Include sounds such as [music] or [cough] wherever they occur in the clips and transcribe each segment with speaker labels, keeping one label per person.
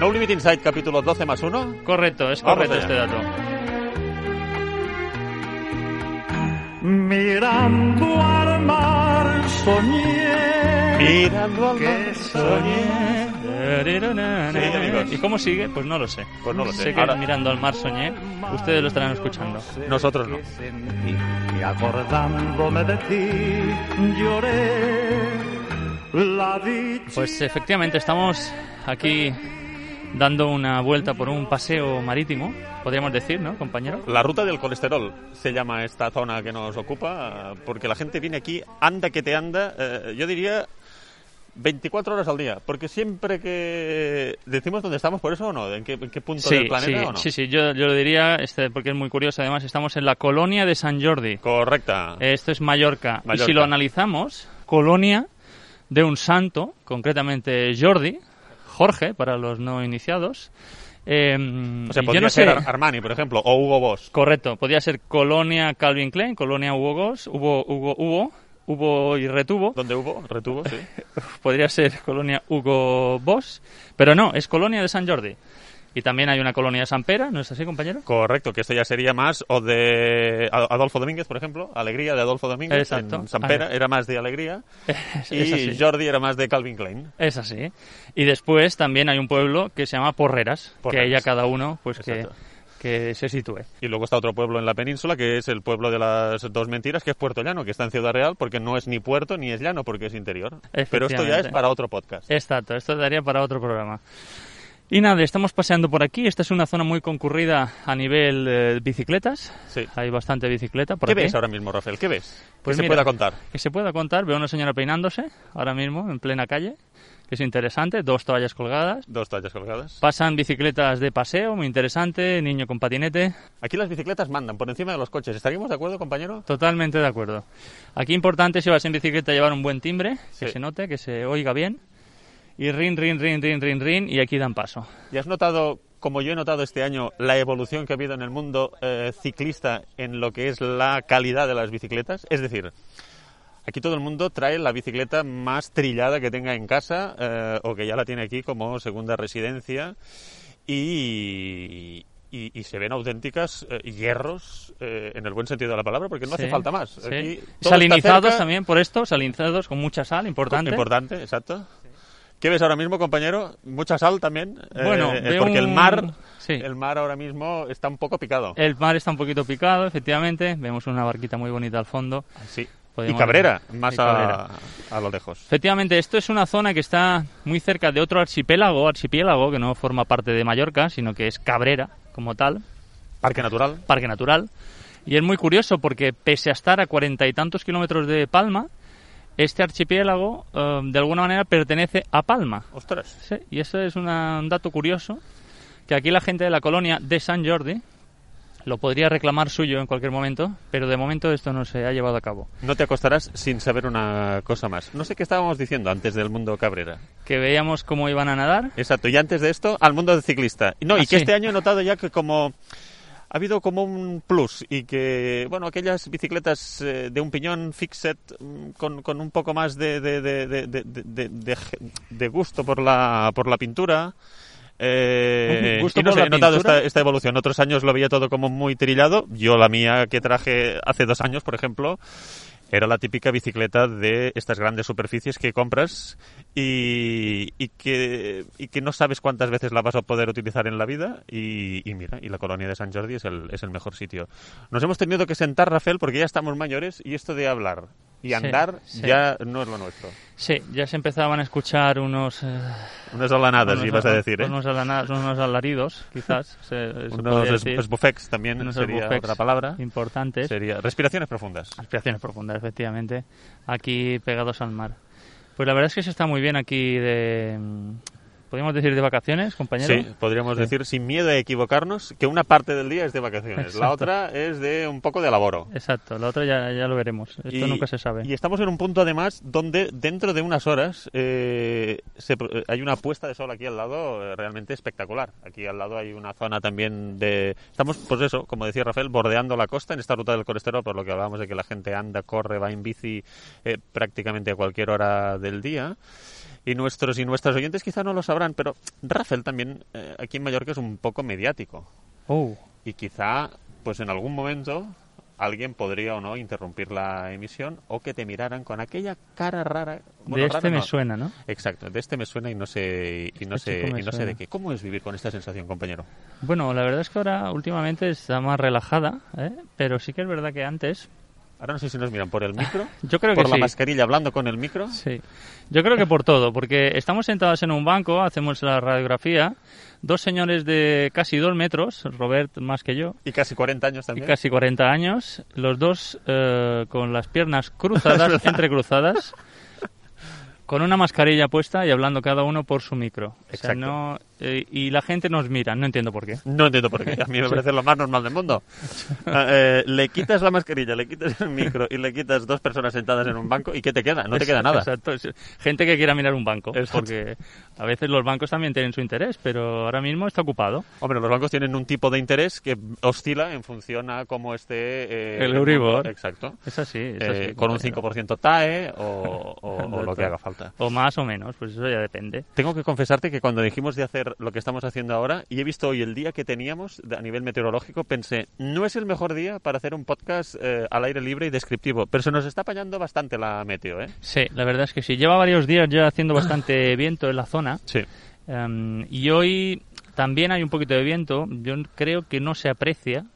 Speaker 1: No Limit Inside, capítulo 12 más 1.
Speaker 2: Correcto, es
Speaker 1: Vamos
Speaker 2: correcto
Speaker 1: allá.
Speaker 2: este dato.
Speaker 3: Mirando al mar soñé
Speaker 1: Mirando al
Speaker 3: que soñé
Speaker 1: Sí, amigos.
Speaker 2: ¿Y cómo sigue? Pues no lo sé.
Speaker 1: Pues no lo sé.
Speaker 2: Sé que
Speaker 1: Ahora-
Speaker 2: mirando al mar soñé. Ustedes lo estarán escuchando.
Speaker 1: Nosotros no.
Speaker 3: que sentí y acordándome de ti lloré la dicha
Speaker 2: Pues efectivamente estamos aquí dando una vuelta por un paseo marítimo, podríamos decir, ¿no, compañero?
Speaker 1: La ruta del colesterol se llama esta zona que nos ocupa, eh, porque la gente viene aquí, anda que te anda, eh, yo diría 24 horas al día, porque siempre que decimos dónde estamos, por eso o no, en qué, en qué punto del planeta
Speaker 2: sí,
Speaker 1: o no.
Speaker 2: sí, sí, yo, yo lo diría este, porque es muy curioso. Además, estamos en la colonia de San Jordi.
Speaker 1: Correcta.
Speaker 2: Esto es Mallorca. Y
Speaker 1: Mallorca.
Speaker 2: si lo analizamos, colonia de un santo, concretamente Jordi, Jorge, para los no iniciados. Eh,
Speaker 1: o sea,
Speaker 2: y
Speaker 1: podría
Speaker 2: yo no
Speaker 1: ser
Speaker 2: sé.
Speaker 1: Ar- Armani, por ejemplo, o Hugo Boss.
Speaker 2: Correcto, podía ser Colonia Calvin Klein, Colonia Hugo Boss, Hugo, Hugo, Hugo, Hugo y Retuvo,
Speaker 1: ¿Dónde hubo? Retuvo,
Speaker 2: [laughs]
Speaker 1: sí.
Speaker 2: podría ser Colonia Hugo Boss, pero no, es Colonia de San Jordi. Y también hay una Colonia de San Pera, ¿no es así, compañero? [laughs]
Speaker 1: Correcto, que esto ya sería más o de Ad- Adolfo Domínguez, por ejemplo, Alegría de Adolfo Domínguez
Speaker 2: Exacto.
Speaker 1: en San Pera,
Speaker 2: Ah,
Speaker 1: era más de Alegría
Speaker 2: Es, es
Speaker 1: y
Speaker 2: así.
Speaker 1: Jordi era más de Calvin Klein.
Speaker 2: Es así. Y después también hay un pueblo que se llama Porreras,
Speaker 1: Porreras.
Speaker 2: que ya cada uno pues que,
Speaker 1: Exacto.
Speaker 2: que se sitúe.
Speaker 1: Y luego está otro pueblo en la península que es el pueblo de las dos mentiras, que es Puerto Llano, que está en Ciudad Real porque no es ni puerto ni es llano porque es interior. Pero esto ya es
Speaker 2: Efectivamente.
Speaker 1: para otro podcast.
Speaker 2: Exacto, esto daría para otro programa. Y nada, estamos paseando por aquí. Esta es una zona muy concurrida a nivel eh, bicicletas.
Speaker 1: Sí.
Speaker 2: Hay bastante bicicleta por
Speaker 1: ¿Qué
Speaker 2: aquí.
Speaker 1: ves ahora mismo, Rafael? ¿Qué ves?
Speaker 2: Pues
Speaker 1: que
Speaker 2: mira.
Speaker 1: se pueda contar.
Speaker 2: Que se pueda contar, veo a una señora peinándose ahora mismo en plena calle, que es interesante, dos toallas colgadas.
Speaker 1: Dos toallas colgadas.
Speaker 2: Pasan bicicletas de paseo, muy interesante, niño con patinete,
Speaker 1: Aquí las bicicletas mandan por encima de los coches. ¿Estaríamos de acuerdo, compañero?
Speaker 2: totalmente de acuerdo. Aquí importante si vas en bicicleta llevar un buen timbre, que
Speaker 1: Sí.
Speaker 2: se note, que se oiga bien. Y rin, rin, rin, rin, rin, rin, y aquí dan paso.
Speaker 1: ¿Y has notado, como yo he notado este año, la evolución que ha habido en el mundo eh, ciclista en lo que es la calidad de las bicicletas? Es decir, aquí todo el mundo trae la bicicleta más trillada que tenga en casa eh, o que ya la tiene aquí como segunda residencia y... y- y se ven auténticas eh, hierros eh, en el buen sentido de la palabra, porque no hace
Speaker 2: Sí,
Speaker 1: falta más.
Speaker 2: sí.
Speaker 1: Aquí todo está
Speaker 2: Salinizados
Speaker 1: cerca.
Speaker 2: también por esto, salinizados con mucha sal, importante.
Speaker 1: Importante, exacto. ¿Qué ves ahora mismo, compañero? Mucha sal también. eh,
Speaker 2: Bueno,
Speaker 1: eh,
Speaker 2: veo
Speaker 1: porque el
Speaker 2: un-
Speaker 1: mar,
Speaker 2: sí. Eh,
Speaker 1: el mar ahora mismo está un poco picado.
Speaker 2: El mar está un poquito picado, efectivamente. Vemos una barquita muy bonita al fondo.
Speaker 1: sí. Y
Speaker 2: podemos-
Speaker 1: Cabrera, más
Speaker 2: y Cabrera.
Speaker 1: A, a lo lejos.
Speaker 2: Efectivamente, esto es una zona que está muy cerca de otro archipiélago, archipiélago que no forma parte de Mallorca, sino que es Cabrera como tal,
Speaker 1: Parque natural.
Speaker 2: parque natural. Y es muy curioso porque pese a estar a cuarenta y tantos kilómetros de Palma, este archipiélago eh, de alguna manera pertenece a Palma.
Speaker 1: Ostras.
Speaker 2: Sí, y eso es una- un dato curioso, que aquí la gente de la colonia de San Jordi lo podría reclamar suyo en cualquier momento, pero de momento esto no se ha llevado a cabo.
Speaker 1: No te acostarás sin saber una cosa más. No sé qué estábamos diciendo antes del mundo Cabrera.
Speaker 2: Que veíamos cómo iban a nadar,
Speaker 1: Exacto. Y antes de esto, al mundo del ciclista. Y No,
Speaker 2: Ah,
Speaker 1: y que
Speaker 2: sí.
Speaker 1: este año he notado ya que como... Ha habido como un plus y que, bueno, aquellas bicicletas eh, de un piñón fixed mm, con, con un poco más de, de, de, de, de, de- de- de gusto por la, por la pintura. Eh,
Speaker 2: Gusto
Speaker 1: y no
Speaker 2: por
Speaker 1: sé,
Speaker 2: la
Speaker 1: he notado
Speaker 2: pintura.
Speaker 1: esta, esta evolución. Otros años lo veía todo como muy trillado. Yo la mía que traje hace dos años, por ejemplo, era la típica bicicleta de estas grandes superficies que compras y, y que, y que no sabes cuántas veces la vas a poder utilizar en la vida. Y, y mira, y la colonia de San Jordi es el, es el mejor sitio. Nos hemos tenido que sentar, Rafael, porque ya estamos mayores y esto de hablar y
Speaker 2: Sí,
Speaker 1: andar
Speaker 2: sí.
Speaker 1: ya no es lo nuestro.
Speaker 2: sí, ya se empezaban a escuchar unos... eh,
Speaker 1: Unas alanadas,
Speaker 2: unos-
Speaker 1: ibas a decir, ¿eh?
Speaker 2: Unos, alana- unos alaridos, quizás, se, se
Speaker 1: Unos
Speaker 2: podría
Speaker 1: es-
Speaker 2: decir.
Speaker 1: esbufecs también
Speaker 2: Unos
Speaker 1: sería
Speaker 2: esbufecs
Speaker 1: otra palabra.
Speaker 2: Importantes.
Speaker 1: Sería respiraciones profundas.
Speaker 2: Aspiraciones profundas, efectivamente, aquí pegados al mar. Pues la verdad es que se está muy bien aquí de... mm, ¿Podríamos decir de vacaciones, compañero?
Speaker 1: Sí, podríamos decir sin miedo a equivocarnos que una parte del día es de vacaciones, la
Speaker 2: Exacto.
Speaker 1: otra es de un poco de laboro.
Speaker 2: Exacto, la otra ya, ya lo veremos. Esto
Speaker 1: Y-
Speaker 2: nunca se sabe.
Speaker 1: Y estamos en un punto además donde dentro de unas horas eh, se pro- eh, hay una puesta de sol aquí al lado eh, realmente espectacular. Aquí al lado hay una zona también de... Estamos, pues eso, como decía Rafael, bordeando la costa en esta ruta del colesterol, por lo que hablábamos de que la gente anda, corre, va en bici eh, prácticamente a cualquier hora del día. y nuestros y nuestras oyentes quizá no lo sabrán, pero Rafael también eh, aquí en Mallorca es un poco mediático
Speaker 2: Oh.
Speaker 1: y quizá pues en algún momento alguien podría o no interrumpir la emisión o que te miraran con aquella cara rara. bueno,
Speaker 2: de este
Speaker 1: rara
Speaker 2: me
Speaker 1: no.
Speaker 2: suena, ¿no?
Speaker 1: Exacto, de este me suena y no sé y no
Speaker 2: Este
Speaker 1: sé
Speaker 2: chico me
Speaker 1: y no sé
Speaker 2: suena.
Speaker 1: de qué. ¿Cómo es vivir con esta sensación, compañero?
Speaker 2: Bueno, la verdad es que ahora últimamente está más relajada, ¿eh? pero sí que es verdad que antes.
Speaker 1: Ahora no sé si nos miran por el micro,
Speaker 2: Ah, Yo creo
Speaker 1: por
Speaker 2: que
Speaker 1: la
Speaker 2: sí.
Speaker 1: mascarilla hablando con el micro.
Speaker 2: Sí. Yo creo que por todo, porque estamos sentados en un banco, hacemos la radiografía, dos señores de casi dos metros, Robert más que yo,
Speaker 1: Y casi 40 años
Speaker 2: y
Speaker 1: también.
Speaker 2: casi 40 años, los dos eh, con las
Speaker 1: [laughs]
Speaker 2: piernas cruzadas, entrecruzadas, con una mascarilla puesta y hablando cada uno por su micro. O sea,
Speaker 1: Exacto.
Speaker 2: no- eh, y la gente nos mira, no entiendo por qué.
Speaker 1: No entiendo por qué. A
Speaker 2: [laughs]
Speaker 1: mí me parece lo más normal del mundo. Ah, eh, le quitas la mascarilla, le quitas el micro y le quitas dos personas sentadas en un banco y ¿qué te queda? No te queda nada.
Speaker 2: Exacto. es- Gente que quiera mirar un banco,
Speaker 1: Exacto.
Speaker 2: porque a veces los bancos también tienen su interés, pero ahora mismo está ocupado.
Speaker 1: Hombre, los bancos tienen un tipo de interés que oscila en función a cómo esté... eh,
Speaker 2: El Euribor.
Speaker 1: Exacto.
Speaker 2: Es así, es
Speaker 1: Eh,
Speaker 2: así,
Speaker 1: con un
Speaker 2: compañero.
Speaker 1: 5% TAE o, o-
Speaker 2: [laughs]
Speaker 1: o lo que haga falta.
Speaker 2: O más o menos, pues eso ya depende.
Speaker 1: Tengo que confesarte que cuando dijimos de hacer lo que estamos haciendo ahora, y he visto hoy el día que teníamos de- a nivel meteorológico, pensé, no es el mejor día para hacer un podcast eh, al aire libre y descriptivo, pero se nos está apañando bastante la meteo, ¿eh?
Speaker 2: Sí, la verdad es que sí. Lleva varios días ya haciendo
Speaker 1: [laughs]
Speaker 2: bastante viento en la zona.
Speaker 1: Sí.
Speaker 2: em, y hoy también hay un poquito de viento. Yo creo que no se aprecia.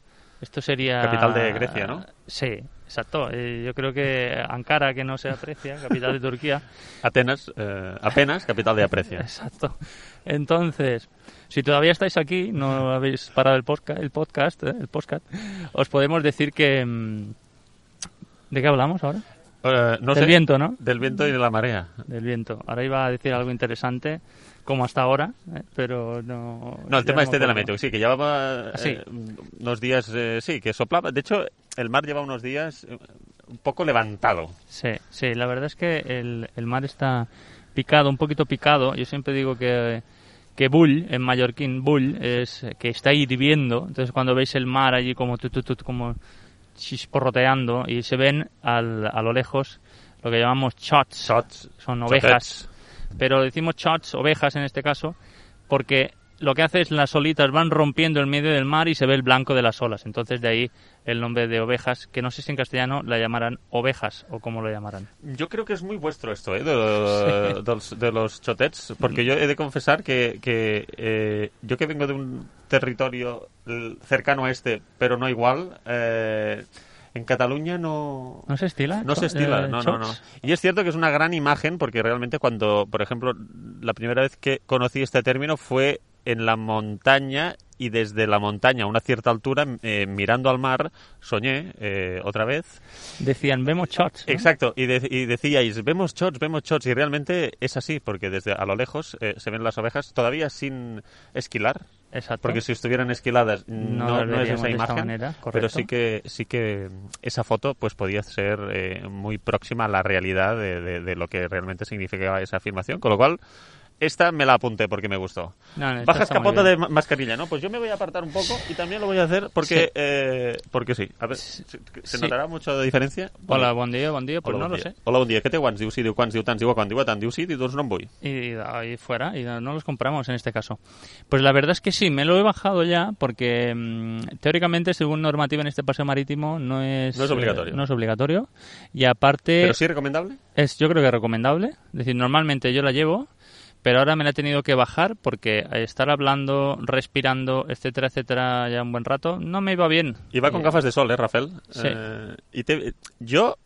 Speaker 2: Esto sería.
Speaker 1: Capital de Grecia, ¿no?
Speaker 2: Sí, exacto. Eh, yo creo que Ankara, que no
Speaker 1: [laughs]
Speaker 2: se aprecia, capital de Turquía.
Speaker 1: Atenas, eh, apenas, capital de aprecia.
Speaker 2: Exacto. Entonces, si todavía estáis aquí, no habéis parado el podcast, el podcast, ¿eh? el podcast, os podemos decir que mm, ¿de qué hablamos ahora?
Speaker 1: Eh, no
Speaker 2: Del
Speaker 1: sé,
Speaker 2: viento, ¿no?
Speaker 1: Del viento y de la marea.
Speaker 2: Del viento. Ahora iba a decir algo interesante, como hasta ahora, ¿eh? pero no.
Speaker 1: No, el
Speaker 2: Pues ya
Speaker 1: tema
Speaker 2: me
Speaker 1: este de la
Speaker 2: acuerdo. Ah,
Speaker 1: meteo, sí, que llevaba eh,
Speaker 2: Sí.
Speaker 1: unos días, eh, sí, que soplaba. De hecho, el mar lleva unos días eh, un poco levantado.
Speaker 2: Sí, sí, la verdad es que el, el mar está picado, un poquito picado. Yo siempre digo que, que bull, en mallorquín, bull, es que está hirviendo. Entonces cuando veis el mar allí como tu, tu, tu, como chisporroteando y se ven al, a lo lejos lo que llamamos chots,
Speaker 1: Shots.
Speaker 2: son ovejas. Pero decimos chots, ovejas en este caso, porque lo que hace es las olitas van rompiendo el medio del mar y se ve el blanco de las olas. Entonces de ahí el nombre de ovejas, que no sé si en castellano la llamarán ovejas o cómo lo llamarán.
Speaker 1: Yo creo que es muy vuestro esto, ¿eh? [laughs] De, dels- de los chotets, porque yo he de confesar que, que, eh, yo que vengo de un territorio l- cercano a este, pero no igual, eh, en Cataluña no...
Speaker 2: ¿No se estila?
Speaker 1: No se
Speaker 2: Cho-
Speaker 1: estila,
Speaker 2: eh,
Speaker 1: no, no, no.
Speaker 2: chots?
Speaker 1: Y es cierto que es una gran imagen porque realmente cuando, por ejemplo, la primera vez que conocí este término fue en la montaña y desde la montaña a una cierta altura, eh, mirando al mar, soñé eh, otra vez.
Speaker 2: Decían, vemos chots. ¿no?
Speaker 1: Exacto, y, de- y decíais, vemos shots, vemos shots, y realmente es así, porque desde a lo lejos eh, se ven las ovejas todavía sin esquilar,
Speaker 2: Exacto.
Speaker 1: porque si estuvieran esquiladas
Speaker 2: ¿Eh? No
Speaker 1: no,
Speaker 2: las
Speaker 1: no es
Speaker 2: veríamos
Speaker 1: esa
Speaker 2: de esta
Speaker 1: imagen,
Speaker 2: manera, correcto.
Speaker 1: pero sí que sí que esa foto pues podía ser eh, muy próxima a la realidad de, de- de lo que realmente significaba esa afirmación, con lo cual esta me la apunté porque me gustó.
Speaker 2: No, no, esta
Speaker 1: Bajas
Speaker 2: está muy
Speaker 1: capota
Speaker 2: bien.
Speaker 1: de ma- mascarilla, ¿no? Pues yo me voy a apartar un poco y también lo voy a hacer porque
Speaker 2: Sí.
Speaker 1: eh, porque sí. A ver, ¿se, se
Speaker 2: Sí.
Speaker 1: notarà mucha diferencia?
Speaker 2: Hola, buen día, buen día. Pues
Speaker 1: Hola,
Speaker 2: no
Speaker 1: bon
Speaker 2: lo
Speaker 1: dia.
Speaker 2: sé.
Speaker 1: Hola, bon dia. Què té guants? Diu sí, diu quants, diu tants, diu a quan, diu a tant, diu sí, diu doncs no en vull.
Speaker 2: y ahí fuera y no los compramos en este caso. Pues la verdad es que sí, me lo he bajado ya porque mm, teóricamente según normativa en este paseo marítimo no es
Speaker 1: No es obligatorio.
Speaker 2: eh, no es obligatorio y aparte
Speaker 1: em Però sí recomendable?
Speaker 2: es yo creo que recomendable, es decir, normalmente yo la llevo, pero ahora me la he tenido que bajar porque estar hablando, respirando, etcétera, etcétera, ya un buen rato no me iba bien.
Speaker 1: I va con gafas de sol, eh, Rafael?
Speaker 2: Sí.
Speaker 1: Eh, y te, yo,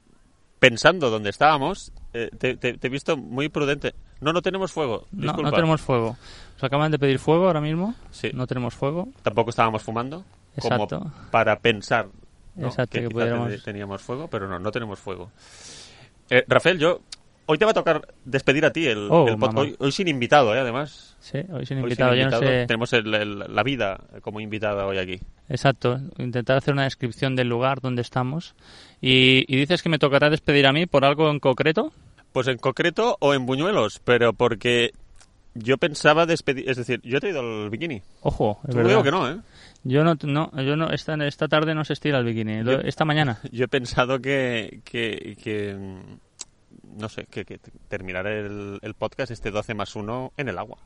Speaker 1: pensando donde estábamos, eh, te, te, te he visto muy prudente. No, no tenemos fuego.
Speaker 2: No,
Speaker 1: Disculpa.
Speaker 2: no tenemos fuego. Os acaban de pedir fuego ahora mismo.
Speaker 1: Sí.
Speaker 2: No tenemos fuego.
Speaker 1: Tampoco estábamos fumando.
Speaker 2: Exacto.
Speaker 1: Como para pensar ¿no?
Speaker 2: Exacto, que
Speaker 1: quizá
Speaker 2: pudiéramos-
Speaker 1: ten- teníamos fuego, pero no, no tenemos fuego. Eh, Rafael, yo... Hoy te va a tocar despedir a ti el,
Speaker 2: Oh,
Speaker 1: el podcast.
Speaker 2: mamá.
Speaker 1: Hoy, hoy sin invitado, eh, además.
Speaker 2: Sí, hoy sin
Speaker 1: Hoy sin
Speaker 2: invitado. Yo no
Speaker 1: invitado.
Speaker 2: sé.
Speaker 1: Tenemos el- el- la vida como invitada hoy aquí.
Speaker 2: Exacto, intentar hacer una descripción del lugar donde estamos. Y, y dices que me tocará despedir a mí por algo en concreto.
Speaker 1: Pues en concreto o en Buñuelos, pero porque yo pensaba despedir... Es decir, yo he traído el bikini.
Speaker 2: Ojo, es
Speaker 1: Tú
Speaker 2: verdad.
Speaker 1: digo que no, ¿eh?
Speaker 2: Yo no, no, yo no esta, esta
Speaker 1: [laughs]
Speaker 2: tarde no se estira el bikini. lo-
Speaker 1: Yo-
Speaker 2: Esta mañana.
Speaker 1: Yo he pensado que... que, que, mm, no sé, que, que terminar el, el podcast este 12 más 1 en el agua.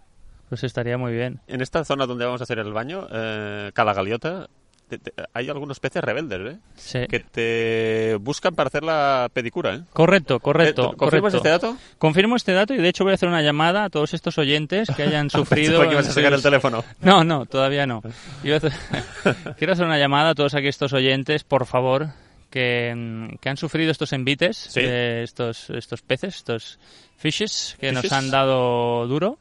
Speaker 2: Pues estaría muy bien.
Speaker 1: En esta zona donde vamos a hacer el baño, eh, Cala Galiota, te- te- hay algunos peces rebeldes, ¿eh?
Speaker 2: Sí.
Speaker 1: Que te buscan para hacer la pedicura, ¿eh?
Speaker 2: Correcto, correcto.
Speaker 1: Eh, ¿Confirmas
Speaker 2: correcto.
Speaker 1: este dato?
Speaker 2: Confirmo este dato y de hecho voy a hacer una llamada a todos estos oyentes
Speaker 1: [laughs]
Speaker 2: que hayan sufrido.
Speaker 1: Pensaba que ibas a
Speaker 2: en
Speaker 1: sacar el
Speaker 2: sus-
Speaker 1: teléfono.
Speaker 2: No, no,
Speaker 1: [laughs]
Speaker 2: todavía no. Iba a hacer- [laughs] Quiero hacer una llamada a todos aquí estos oyentes, por favor, que, mm, que han sufrido estos envites,
Speaker 1: Sí.
Speaker 2: eh, estos, estos peces, estos fishes que nos
Speaker 1: Fishes.
Speaker 2: han dado duro.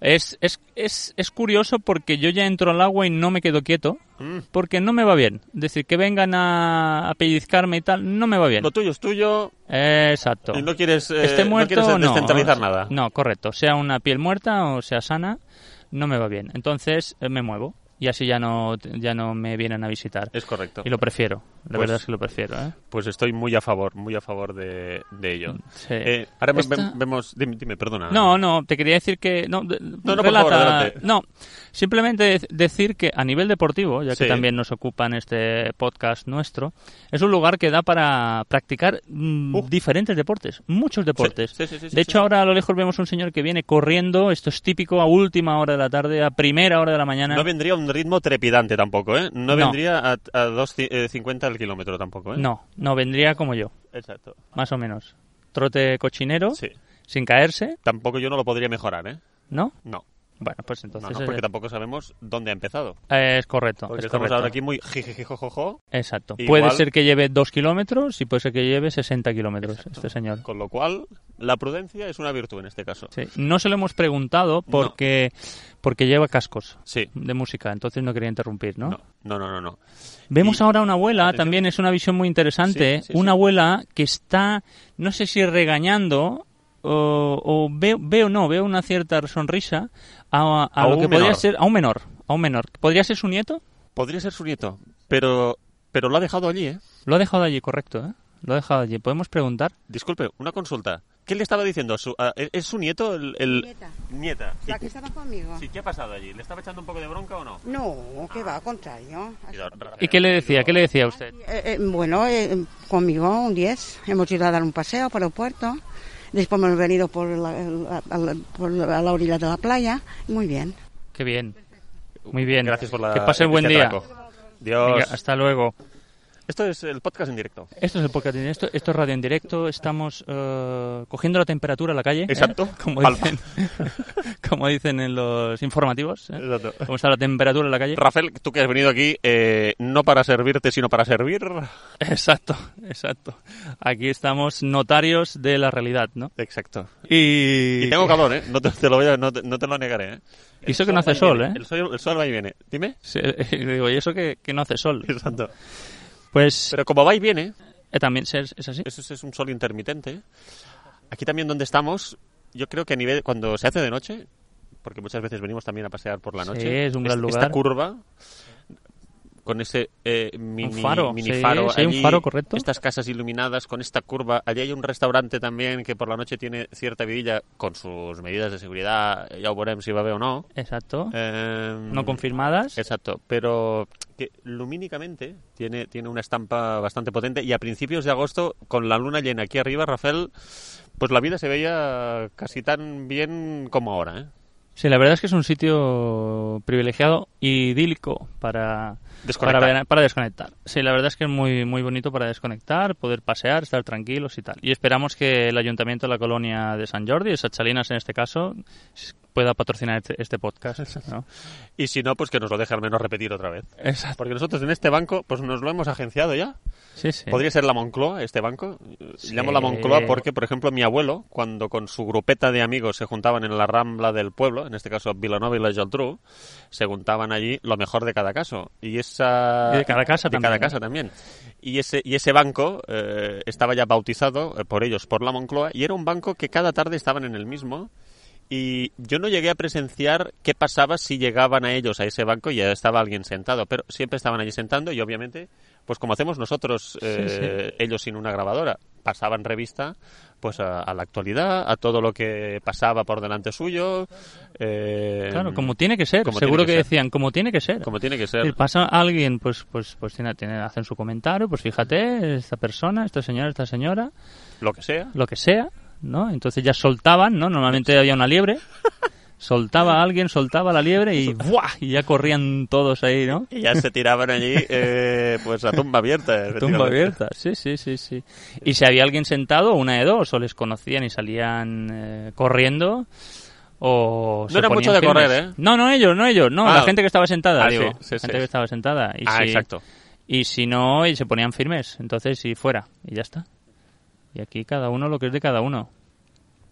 Speaker 2: Es, es, es, es curioso porque yo ya entro al agua y no me quedo quieto.
Speaker 1: Mm.
Speaker 2: Porque no me va bien. Es decir, que vengan a, a pellizcarme y tal, no me va bien.
Speaker 1: Lo tuyo es tuyo
Speaker 2: Exacto.
Speaker 1: y no quieres, eh,
Speaker 2: Esté
Speaker 1: no
Speaker 2: muerto
Speaker 1: quieres
Speaker 2: o no.
Speaker 1: descentralizar nada.
Speaker 2: No, correcto. Sea una piel muerta o sea sana, no me va bien. Entonces eh, me muevo y así ya no, ya no me vienen a visitar.
Speaker 1: Es correcto.
Speaker 2: Y lo prefiero. La
Speaker 1: Pues-
Speaker 2: verdad es que lo prefiero. ¿eh?
Speaker 1: Pues estoy muy a favor, muy a favor de, de ello.
Speaker 2: Sí.
Speaker 1: Eh, ahora ve-
Speaker 2: Esta-
Speaker 1: vemos... Dime, dime, perdona.
Speaker 2: No, no, te quería decir que... No, de-
Speaker 1: por
Speaker 2: relata-
Speaker 1: favor, adelante.
Speaker 2: no, simplemente de- decir que a nivel deportivo, ya que
Speaker 1: Sí.
Speaker 2: también nos ocupan este podcast nuestro, es un lugar que da para practicar mm,
Speaker 1: Uh.
Speaker 2: diferentes deportes, muchos deportes.
Speaker 1: Sí, sí, sí, sí,
Speaker 2: de
Speaker 1: sí, sí.
Speaker 2: hecho, ahora a lo lejos vemos un señor que viene corriendo, esto es típico, a última hora de la tarde, a primera hora de la mañana.
Speaker 1: No vendría a un ritmo trepidante tampoco, ¿eh? No,
Speaker 2: No.
Speaker 1: vendría a, a 2.50 al kilómetro tampoco, ¿eh?
Speaker 2: no, no, vendría como yo,
Speaker 1: Exacto.
Speaker 2: más o menos. Trote cochinero,
Speaker 1: Sí.
Speaker 2: sin caerse,
Speaker 1: Tampoco yo no lo podría mejorar, ¿eh?
Speaker 2: ¿no?
Speaker 1: No.
Speaker 2: Bueno, pues
Speaker 1: No,
Speaker 2: entonces
Speaker 1: no, porque
Speaker 2: eh,
Speaker 1: tampoco sabemos dónde ha empezado.
Speaker 2: eh, es correcto.
Speaker 1: Porque
Speaker 2: es
Speaker 1: estamos
Speaker 2: correcto.
Speaker 1: ahora aquí muy jijijijojojo,
Speaker 2: Exacto.
Speaker 1: Igual-
Speaker 2: Puede ser que lleve 2 kilómetros y puede ser que lleve 60 kilómetros este señor.
Speaker 1: con lo cual la prudencia es una virtud en este caso.
Speaker 2: Sí. No se lo hemos preguntado porque, porque lleva cascos
Speaker 1: Sí.
Speaker 2: de música, entonces no quería interrumpir, ¿no?
Speaker 1: No, no, no, no. no.
Speaker 2: Vemos
Speaker 1: Y-
Speaker 2: ahora una abuela,
Speaker 1: Atención.
Speaker 2: también es una visión muy interesante,
Speaker 1: Sí, sí,
Speaker 2: una
Speaker 1: sí.
Speaker 2: abuela que está, no sé si regañando o, o veo, veo, no, veo una cierta sonrisa a, a
Speaker 1: A
Speaker 2: lo
Speaker 1: un
Speaker 2: que podría
Speaker 1: menor.
Speaker 2: ser, a un menor, a un menor. ¿Podría ser su nieto?
Speaker 1: Podría ser su nieto, pero, pero lo ha dejado allí, ¿eh?
Speaker 2: Lo ha dejado allí, correcto, ¿eh? Lo ha dejado allí. ¿Podemos preguntar?
Speaker 1: Disculpe, una consulta. ¿Qué le estaba diciendo? ¿Su- a- ¿Es es su nieto el...? el-
Speaker 4: Nieta.
Speaker 1: Nieta.
Speaker 4: La que estaba conmigo.
Speaker 1: Sí, ¿Qué ha pasado allí? ¿Le estaba echando un poco de bronca o no?
Speaker 4: No, que va, al contrario.
Speaker 1: Ah,
Speaker 2: ¿Y qué le decía? ¿Qué le decía a usted?
Speaker 4: Eh, eh, bueno, eh, conmigo un 10. Hemos ido a dar un paseo por el puerto. Después hemos venido por la, la- a la- por la- a la orilla de la playa. Muy bien.
Speaker 2: Qué bien. Muy bien.
Speaker 1: Gracias por la...
Speaker 2: Que pase buen
Speaker 1: este
Speaker 2: día.
Speaker 1: atraco. Dios.
Speaker 2: Venga, hasta luego.
Speaker 1: Esto es el podcast en directo.
Speaker 2: Esto es el podcast en directo, esto es radio en directo, estamos eh, cogiendo la temperatura a la calle. ¿eh?
Speaker 1: Exacto.
Speaker 2: [laughs] Como,
Speaker 1: Palma.
Speaker 2: dicen, como dicen en los informativos. ¿eh?
Speaker 1: Exacto.
Speaker 2: ¿Cómo está la temperatura en la calle?
Speaker 1: Rafael, tú que has venido aquí eh, no para servirte, sino para servir.
Speaker 2: Exacto, exacto. Aquí estamos notarios de la realidad, ¿no?
Speaker 1: Exacto.
Speaker 2: Y,
Speaker 1: Y tengo calor, ¿eh? No te, te lo, voy a- no te- no te lo negaré, ¿eh?
Speaker 2: Y eso que no hace
Speaker 1: va y
Speaker 2: sol,
Speaker 1: viene,
Speaker 2: ¿eh?
Speaker 1: El sol, el sol va y viene. Dime. [laughs]
Speaker 2: Sí, [laughs] y digo, y eso que, que no hace sol.
Speaker 1: Exacto.
Speaker 2: Pues
Speaker 1: Pero como va y viene,
Speaker 2: eh, también se- es, así.
Speaker 1: eso es- es un sol intermitente. Aquí también donde estamos, yo creo que a nivel cuando se hace de noche, porque muchas veces venimos también a pasear por la
Speaker 2: Sí,
Speaker 1: noche.
Speaker 2: es un gran
Speaker 1: es-
Speaker 2: lugar.
Speaker 1: Esta curva con ese eh, mini
Speaker 2: faro,
Speaker 1: mini
Speaker 2: sí,
Speaker 1: faro
Speaker 2: sí, un
Speaker 1: allí,
Speaker 2: faro, correcto.
Speaker 1: Estas casas iluminadas con esta curva. Allí hay un restaurante también que por la noche tiene cierta vidilla con sus medidas de seguridad. Ya veremos si va a haber o no.
Speaker 2: Exacto.
Speaker 1: Eh,
Speaker 2: no confirmadas.
Speaker 1: Exacto, pero que lumínicamente tiene, tiene una estampa bastante potente y a principios de agosto, con la luna llena aquí arriba, Rafael, pues la vida se veía casi tan bien como ahora. ¿eh?
Speaker 2: Sí, la verdad es que es un sitio privilegiado, idílico para
Speaker 1: Desconectar.
Speaker 2: Para, ver- para desconectar. Sí, la verdad es que es muy, muy bonito para desconectar, poder pasear, estar tranquilos y tal. Y esperamos que el ayuntamiento de la colonia de San Jordi, de Sachalinas en este caso, s- pueda patrocinar este, este podcast. ¿no?
Speaker 1: Y si no, pues que nos lo deje al menos repetir otra vez.
Speaker 2: Exacto.
Speaker 1: Porque nosotros en este banco, pues nos lo hemos agenciado ya.
Speaker 2: Sí, sí.
Speaker 1: Podría ser la Moncloa, este banco.
Speaker 2: Sí.
Speaker 1: Llamo la Moncloa porque, por ejemplo, mi abuelo, cuando con su grupeta de amigos se juntaban en la rambla del pueblo, en este caso Vilanova y la Geltrú, se juntaban allí lo mejor de cada caso. Y esa...
Speaker 2: Y de cada casa
Speaker 1: de
Speaker 2: también,
Speaker 1: cada
Speaker 2: ¿no?
Speaker 1: casa también. Y ese, y ese banco eh, estaba ya bautizado eh, por ellos, por la Moncloa, y era un banco que cada tarde estaban en el mismo. Y yo no llegué a presenciar qué pasaba si llegaban a ellos a ese banco y ya estaba alguien sentado, pero siempre estaban allí sentando y obviamente, pues como hacemos nosotros, eh, ellos sin una grabadora, pasaban revista pues a, a la actualidad, a todo lo que pasaba por delante suyo. eh,
Speaker 2: Claro, como tiene que ser.
Speaker 1: como tiene
Speaker 2: Seguro
Speaker 1: que
Speaker 2: que,
Speaker 1: ser.
Speaker 2: decían, como tiene que ser.
Speaker 1: como tiene que
Speaker 2: Es
Speaker 1: ser.
Speaker 2: decir, pasa alguien, pues, pues, pues tiene, tiene- hacen su comentario, pues fíjate, esta persona, esta señora, esta señora,
Speaker 1: Lo que sea.
Speaker 2: lo que sea, ¿no? Entonces ya soltaban, ¿no? Normalmente había una liebre. Soltaba a alguien, soltaba la
Speaker 1: [laughs]
Speaker 2: liebre y ¡buah! Y ya corrían todos ahí, ¿no?
Speaker 1: Y ya se tiraban allí, eh, pues a tumba
Speaker 2: [laughs]
Speaker 1: abierta.
Speaker 2: Tumba
Speaker 1: efectivamente.
Speaker 2: abierta, sí, sí, sí, sí. Y si había alguien sentado, una de dos, o les conocían y salían eh, corriendo, o...
Speaker 1: No
Speaker 2: se
Speaker 1: era
Speaker 2: ponían
Speaker 1: mucho de
Speaker 2: firmes.
Speaker 1: correr, ¿eh?
Speaker 2: No, no ellos, no ellos, no,
Speaker 1: Ah.
Speaker 2: la gente que estaba sentada,
Speaker 1: Ah,
Speaker 2: digo,
Speaker 1: sí, sí,
Speaker 2: la
Speaker 1: sí.
Speaker 2: gente que estaba sentada. Y
Speaker 1: Ah,
Speaker 2: si-
Speaker 1: exacto.
Speaker 2: Y si no, y se ponían firmes, entonces y fuera, y ya está. Y aquí cada uno lo que es de cada uno.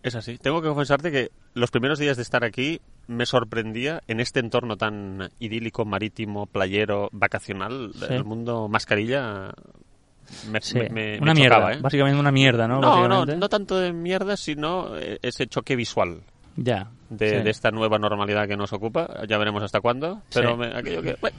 Speaker 1: Es así. Tengo que confesarte que los primeros días de estar aquí me sorprendía en este entorno tan idílico, marítimo, playero, vacacional,
Speaker 2: Sí.
Speaker 1: el mundo mascarilla. Me,
Speaker 2: Sí,
Speaker 1: me- me-
Speaker 2: una
Speaker 1: me
Speaker 2: mierda,
Speaker 1: chocaba, ¿eh?
Speaker 2: básicamente una mierda, ¿no?
Speaker 1: No, no,
Speaker 2: Básicamente.
Speaker 1: no tanto de mierda, sino eh, ese choque visual
Speaker 2: Ya.
Speaker 1: de,
Speaker 2: sí.
Speaker 1: de esta nueva normalidad que nos ocupa. Ya veremos hasta cuándo.
Speaker 2: Sí.
Speaker 1: Pero me- aquello que. bueno,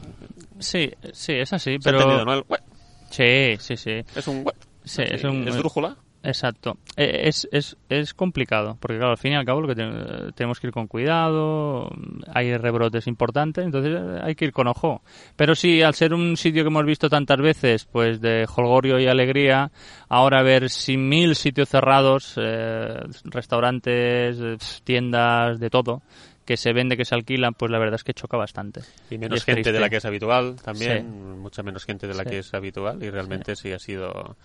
Speaker 2: Sí, sí, es así,
Speaker 1: se ha
Speaker 2: pero...
Speaker 1: entendido, ¿no? El bueno,
Speaker 2: Sí, sí, sí.
Speaker 1: es un. bueno,
Speaker 2: Sí, es un-
Speaker 1: drújula.
Speaker 2: Exacto. Eh, Es, es, es complicado, porque claro, al fin y al cabo lo que te- tenemos que ir con cuidado, hay rebrotes importantes, entonces eh, hay que ir con ojo. Pero sí, al ser un sitio que hemos visto tantas veces, pues de jolgorio y alegría, ahora ver sin mil sitios cerrados, eh, restaurantes, eh, tiendas, de todo, que se vende, que se alquila, pues la verdad es que choca bastante.
Speaker 1: Y menos
Speaker 2: es
Speaker 1: gente de la
Speaker 2: triste.
Speaker 1: que es habitual también,
Speaker 2: Sí.
Speaker 1: mucha menos gente de la
Speaker 2: Sí.
Speaker 1: que es habitual y realmente sí, ha sido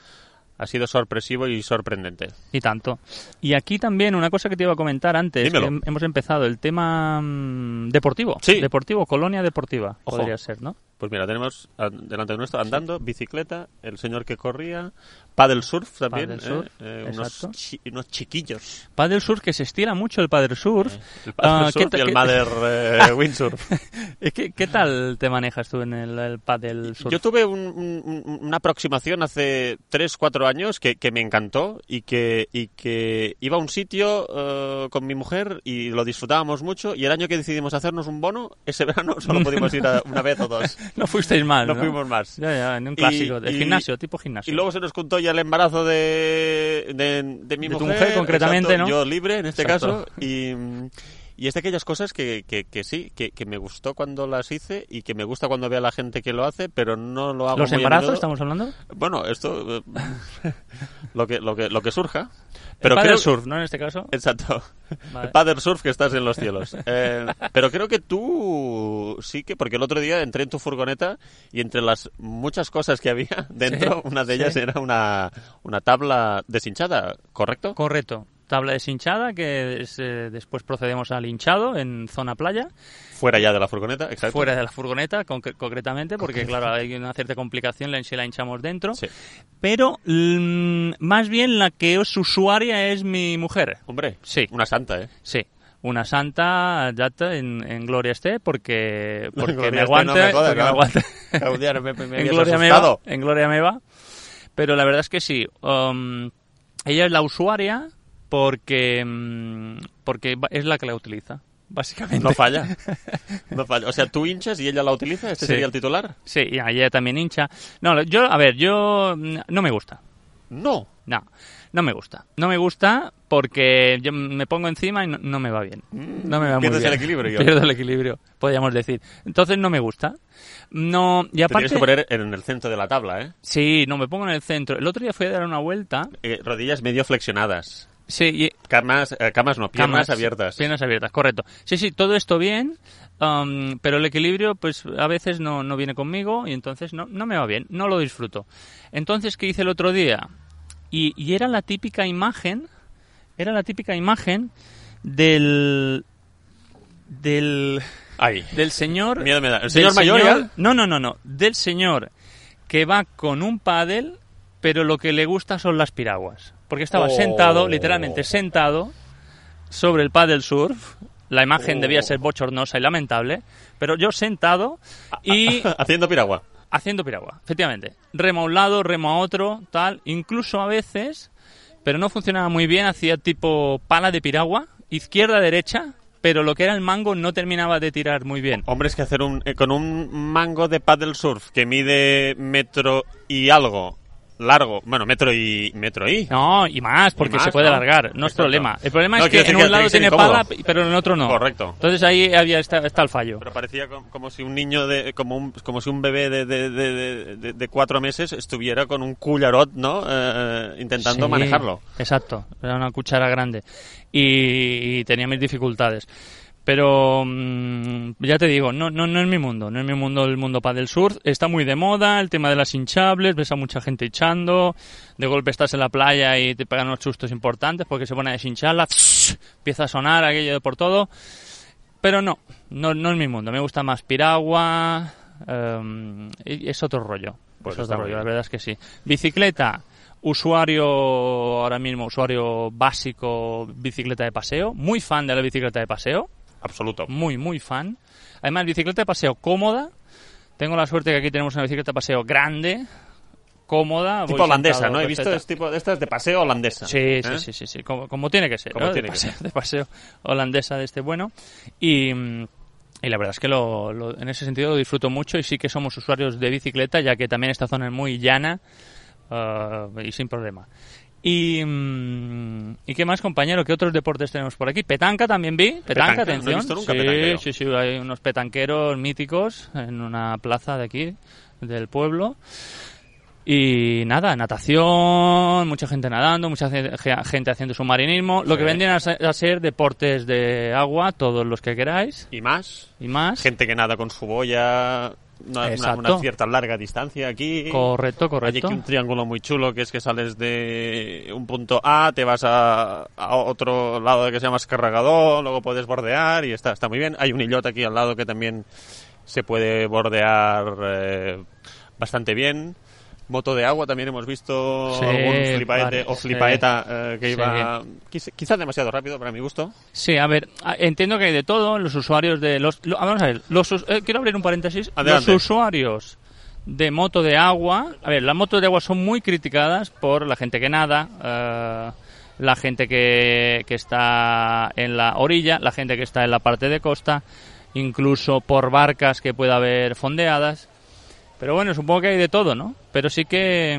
Speaker 1: ha sido sorpresivo y sorprendente.
Speaker 2: Y tanto. Y aquí también una cosa que te iba a comentar antes, que
Speaker 1: Dímelo.
Speaker 2: hem- hemos empezado el tema mm, deportivo.
Speaker 1: Sí.
Speaker 2: Deportivo, colonia deportiva,
Speaker 1: Ojo.
Speaker 2: podría ser, ¿no?
Speaker 1: Pues mira, tenemos a- delante de nuestro andando, bicicleta, el señor que corría, paddle surf también,
Speaker 2: Paddle
Speaker 1: ¿eh?
Speaker 2: surf,
Speaker 1: Eh, unos,
Speaker 2: exacto.
Speaker 1: chi- unos chiquillos,
Speaker 2: Padel surf que se estira mucho el padel surf.
Speaker 1: el paddle
Speaker 2: Ah, ¿qué
Speaker 1: surf
Speaker 2: ta-
Speaker 1: y el
Speaker 2: qué-
Speaker 1: mother
Speaker 2: [laughs]
Speaker 1: eh, windsurf.
Speaker 2: Eh, ¿Qué, qué tal te manejas tú en el, el padel surf?
Speaker 1: Yo tuve un- un- un- una aproximación hace 3, 4 años que, que me encantó y que, y que iba a un sitio eh, con mi mujer y lo disfrutábamos mucho y el año que decidimos hacernos un bono, ese [laughs] verano solo pudimos ir a una vez o
Speaker 2: [laughs]
Speaker 1: dos.
Speaker 2: [laughs] No fuisteis mal,
Speaker 1: No
Speaker 2: ¿no?
Speaker 1: fuimos más.
Speaker 2: Ya, ya, en un
Speaker 1: Y-
Speaker 2: clásico, de
Speaker 1: y-
Speaker 2: gimnasio, tipo gimnasio.
Speaker 1: Y luego se nos juntó ya el embarazo de, de, de mi
Speaker 2: De tu
Speaker 1: mujer.
Speaker 2: mujer, concretamente,
Speaker 1: exacto,
Speaker 2: ¿no?
Speaker 1: Yo libre en este
Speaker 2: Exacto.
Speaker 1: caso. Y, mm, y es de aquellas cosas que, que, que sí, que, que me gustó cuando las hice y que me gusta cuando veo a la gente que lo hace, pero no lo hago
Speaker 2: ¿Los
Speaker 1: muy a
Speaker 2: embarazos
Speaker 1: menudo.
Speaker 2: estamos hablando?
Speaker 1: Bueno, esto. eh, lo, que, lo, que, lo que surja. Pero
Speaker 2: el padel
Speaker 1: creo-
Speaker 2: surf, ¿no? En este caso.
Speaker 1: [laughs] Exacto.
Speaker 2: Vale.
Speaker 1: El paddle surf que estás en los cielos. Eh, pero creo que tú sí que, porque el otro día entré en tu furgoneta y entre las muchas cosas que había [laughs] dentro, una de ellas
Speaker 2: sí.
Speaker 1: era una, una tabla deshinchada, ¿correcto?
Speaker 2: Correcto. Tabla deshinchada, que es, eh, después procedemos al hinchado en zona playa.
Speaker 1: Fuera ya de la furgoneta, exacto.
Speaker 2: fuera de la furgoneta, concre- concretamente, porque claro, hay una cierta complicación la- si la hinchamos dentro.
Speaker 1: Sí.
Speaker 2: Pero mm, más bien la que es usuaria es mi mujer.
Speaker 1: Hombre,
Speaker 2: Sí.
Speaker 1: una santa, ¿eh?
Speaker 2: Sí. Una santa ya está en, en gloria esté porque, porque
Speaker 1: Gloria
Speaker 2: me
Speaker 1: esté,
Speaker 2: aguante,
Speaker 1: no me jodas,
Speaker 2: porque me
Speaker 1: claro.
Speaker 2: aguante.
Speaker 1: [laughs] Claudia, me- me
Speaker 2: en
Speaker 1: habías
Speaker 2: gloria me va,
Speaker 1: asustado.
Speaker 2: en gloria me va. Pero la verdad es que sí. um, ella es la usuaria porque, mm, porque va- es la que la utiliza, básicamente.
Speaker 1: No
Speaker 2: [laughs]
Speaker 1: falla. No falla. O sea, tú hinchas y ella la utiliza, este
Speaker 2: Sí.
Speaker 1: sería el titular.
Speaker 2: Sí, y ella también hincha. No, yo, a ver, yo mm, no me gusta.
Speaker 1: No.
Speaker 2: No, no me gusta. No me gusta porque yo me pongo encima y no, no me va bien. No me va muy
Speaker 1: Mm. pierdes
Speaker 2: bien.
Speaker 1: el equilibrio.
Speaker 2: [laughs] Pierdo el equilibrio, podríamos decir. Entonces no me gusta. No, y
Speaker 1: Te tienes
Speaker 2: aparte...
Speaker 1: que poner en el centro de la tabla, ¿eh?
Speaker 2: Sí, no, me pongo en el centro. El otro día fui a dar una vuelta.
Speaker 1: Eh, Rodillas medio flexionadas.
Speaker 2: Sí, y
Speaker 1: Camas, eh, camas no, piernas
Speaker 2: Camas,
Speaker 1: abiertas.
Speaker 2: Piernas abiertas, correcto. Sí, sí, todo esto bien, am, pero el equilibrio pues a veces no, no viene conmigo y entonces no, no me va bien, no lo disfruto. Entonces, ¿qué hice el otro día? Y, y era la típica imagen, era la típica imagen del... del...
Speaker 1: Ahí. [laughs]
Speaker 2: del señor...
Speaker 1: Miedo me da. ¿El
Speaker 2: del
Speaker 1: señor mayor ya?
Speaker 2: No, no, no, no, del señor que va con un pádel, pero lo que le gusta son las piraguas. Porque estaba
Speaker 1: Oh.
Speaker 2: sentado, literalmente sentado, sobre el paddle surf. La imagen
Speaker 1: Oh.
Speaker 2: debía ser bochornosa y lamentable, pero yo sentado
Speaker 1: [laughs]
Speaker 2: y
Speaker 1: Haciendo piragua.
Speaker 2: haciendo piragua, efectivamente. Remo a un lado, remo a otro, tal. Incluso a veces, pero no funcionaba muy bien, hacía tipo pala de piragua, izquierda-derecha, pero lo que era el mango no terminaba de tirar muy bien.
Speaker 1: Hombre, es que hacer un, eh, con un mango de paddle surf que mide metro y algo largo, bueno, metro y metro y.
Speaker 2: No, y más, porque
Speaker 1: más,
Speaker 2: se puede
Speaker 1: ¿no?
Speaker 2: alargar, no es
Speaker 1: Exacto.
Speaker 2: problema. El problema
Speaker 1: No,
Speaker 2: es que
Speaker 1: quiero decir
Speaker 2: en
Speaker 1: que
Speaker 2: un lado
Speaker 1: tiene que
Speaker 2: tiene
Speaker 1: ser
Speaker 2: pala,
Speaker 1: incómodo.
Speaker 2: pero en el otro no.
Speaker 1: Correcto.
Speaker 2: Entonces ahí había, está, está el fallo.
Speaker 1: Pero parecía com- como, si un niño de, como un, como si un bebé de, de, de- de- de- de cuatro meses estuviera con un cullarot, ¿no? Eh, intentando
Speaker 2: Sí,
Speaker 1: manejarlo.
Speaker 2: Exacto, era una cuchara grande y, y tenía mis dificultades. Pero mm, ya te digo, no, no, no es mi mundo, no es mi mundo el mundo del sur. Está muy de moda el tema de las hinchables, ves a mucha gente hinchando, de golpe estás en la playa y te pegan unos sustos importantes porque se pone a deshincharla, empieza a sonar aquello de por todo. Pero no, no, no es mi mundo, me gusta más piragua, em, y- es otro rollo.
Speaker 1: Pues
Speaker 2: es
Speaker 1: está
Speaker 2: otro
Speaker 1: muy
Speaker 2: rollo,
Speaker 1: bien.
Speaker 2: la verdad es que sí. Bicicleta, usuario ahora mismo, usuario básico, bicicleta de paseo, muy fan de la bicicleta de paseo,
Speaker 1: Absoluto.
Speaker 2: muy, muy fan. Además, bicicleta de paseo cómoda, tengo la suerte que aquí tenemos una bicicleta de paseo grande, cómoda. voy
Speaker 1: Tipo holandesa,
Speaker 2: sentado,
Speaker 1: ¿no? He visto
Speaker 2: etcétera.
Speaker 1: es tipo de estas de paseo holandesa.
Speaker 2: Sí,
Speaker 1: ¿eh?
Speaker 2: sí, sí, sí, sí, Como, como tiene que ser,
Speaker 1: Como
Speaker 2: ¿no?
Speaker 1: tiene
Speaker 2: de,
Speaker 1: que
Speaker 2: paseo, de paseo holandesa de este bueno. Y, mm, y la verdad es que lo, lo- en ese sentido lo disfruto mucho y sí que somos usuarios de bicicleta, ya que también esta zona es muy llana ah, y sin problema. Y, mm, ¿Y qué más, compañero? ¿Qué otros deportes tenemos por aquí? Petanca también vi. Petanca,
Speaker 1: Petanca, no he
Speaker 2: atención.
Speaker 1: visto nunca
Speaker 2: sí,
Speaker 1: petanquero.
Speaker 2: sí, sí, hay unos petanqueros míticos en una plaza de aquí, del pueblo. Y nada, natación, mucha gente nadando, mucha ce- ge- gente haciendo submarinismo. Lo que
Speaker 1: Sí.
Speaker 2: vendrían a se- a ser deportes de agua, todos los que queráis
Speaker 1: Y más,
Speaker 2: y más.
Speaker 1: gente que nada con su boya, una, una-
Speaker 2: Exacto.
Speaker 1: una cierta larga distancia aquí.
Speaker 2: Correcto,
Speaker 1: Hay
Speaker 2: correcto.
Speaker 1: aquí un triángulo muy chulo que es que sales de un punto A, te vas a, a otro lado que se llama Escarragador, luego puedes bordear y está, está muy bien. Hay un illot aquí al lado que también se puede bordear eh, bastante bien. Moto de agua también hemos visto
Speaker 2: Sí,
Speaker 1: algún flipaete
Speaker 2: vale,
Speaker 1: o
Speaker 2: sí.
Speaker 1: flipaeta eh, que
Speaker 2: Sí.
Speaker 1: iba quizá- quizás demasiado rápido para mi gusto.
Speaker 2: Sí, a ver, a- entiendo que hay de todo. Los usuarios de los. lo- vamos a ver, los, us- eh, quiero abrir un paréntesis.
Speaker 1: Adelante.
Speaker 2: Los usuarios de moto de agua. A ver, las motos de agua son muy criticadas por la gente que nada. eh, la gente que, que está en la orilla, la gente que está en la parte de costa, incluso por barcas que pueda haber fondeadas. Pero bueno, supongo que hay de todo, ¿no? Pero sí que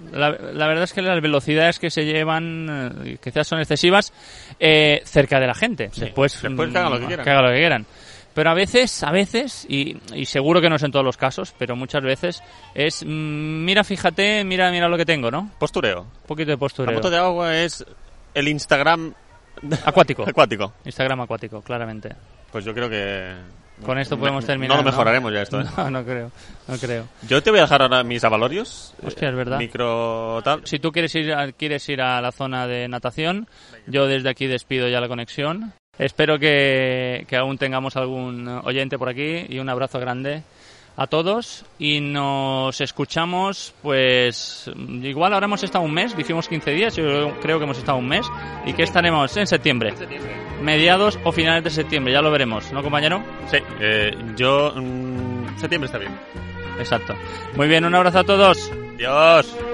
Speaker 2: mm, la, la verdad es que las velocidades que se llevan eh, quizás son excesivas eh, cerca de la gente. después
Speaker 1: después
Speaker 2: mm,
Speaker 1: que hagan lo que quieran.
Speaker 2: hagan lo que quieran. Pero a veces, a veces, y, y seguro que no es en todos los casos, pero muchas veces es, mm, mira, fíjate, mira, mira lo que tengo, ¿no?
Speaker 1: Postureo.
Speaker 2: Un poquito de
Speaker 1: La
Speaker 2: postura.
Speaker 1: moto de agua es el Instagram
Speaker 2: Acuático.
Speaker 1: acuático.
Speaker 2: Instagram acuático, claramente.
Speaker 1: Pues yo creo que...
Speaker 2: Con esto podemos
Speaker 1: no-
Speaker 2: terminar.
Speaker 1: No lo mejoraremos ya esto. ¿eh?
Speaker 2: [laughs] No, no creo, no creo.
Speaker 1: Yo te voy a dejar ahora mis avalorios.
Speaker 2: Hostia,
Speaker 1: eh,
Speaker 2: es verdad.
Speaker 1: Micro tal.
Speaker 2: Si tú quieres ir, a, quieres ir a la zona de natación, yo desde aquí despido ya la conexión. Espero que, que aún tengamos algún oyente por aquí y un abrazo grande a todos y nos escuchamos pues igual ahora hemos estado un mes, dijimos 15 días, yo creo que hemos estado un mes y que estaremos en septiembre, mediados o finales de septiembre, ya lo veremos, ¿no compañero?
Speaker 1: Sí, eh, yo... mm, septiembre está bien.
Speaker 2: Exacto. Muy bien, un abrazo a todos.
Speaker 1: Dios.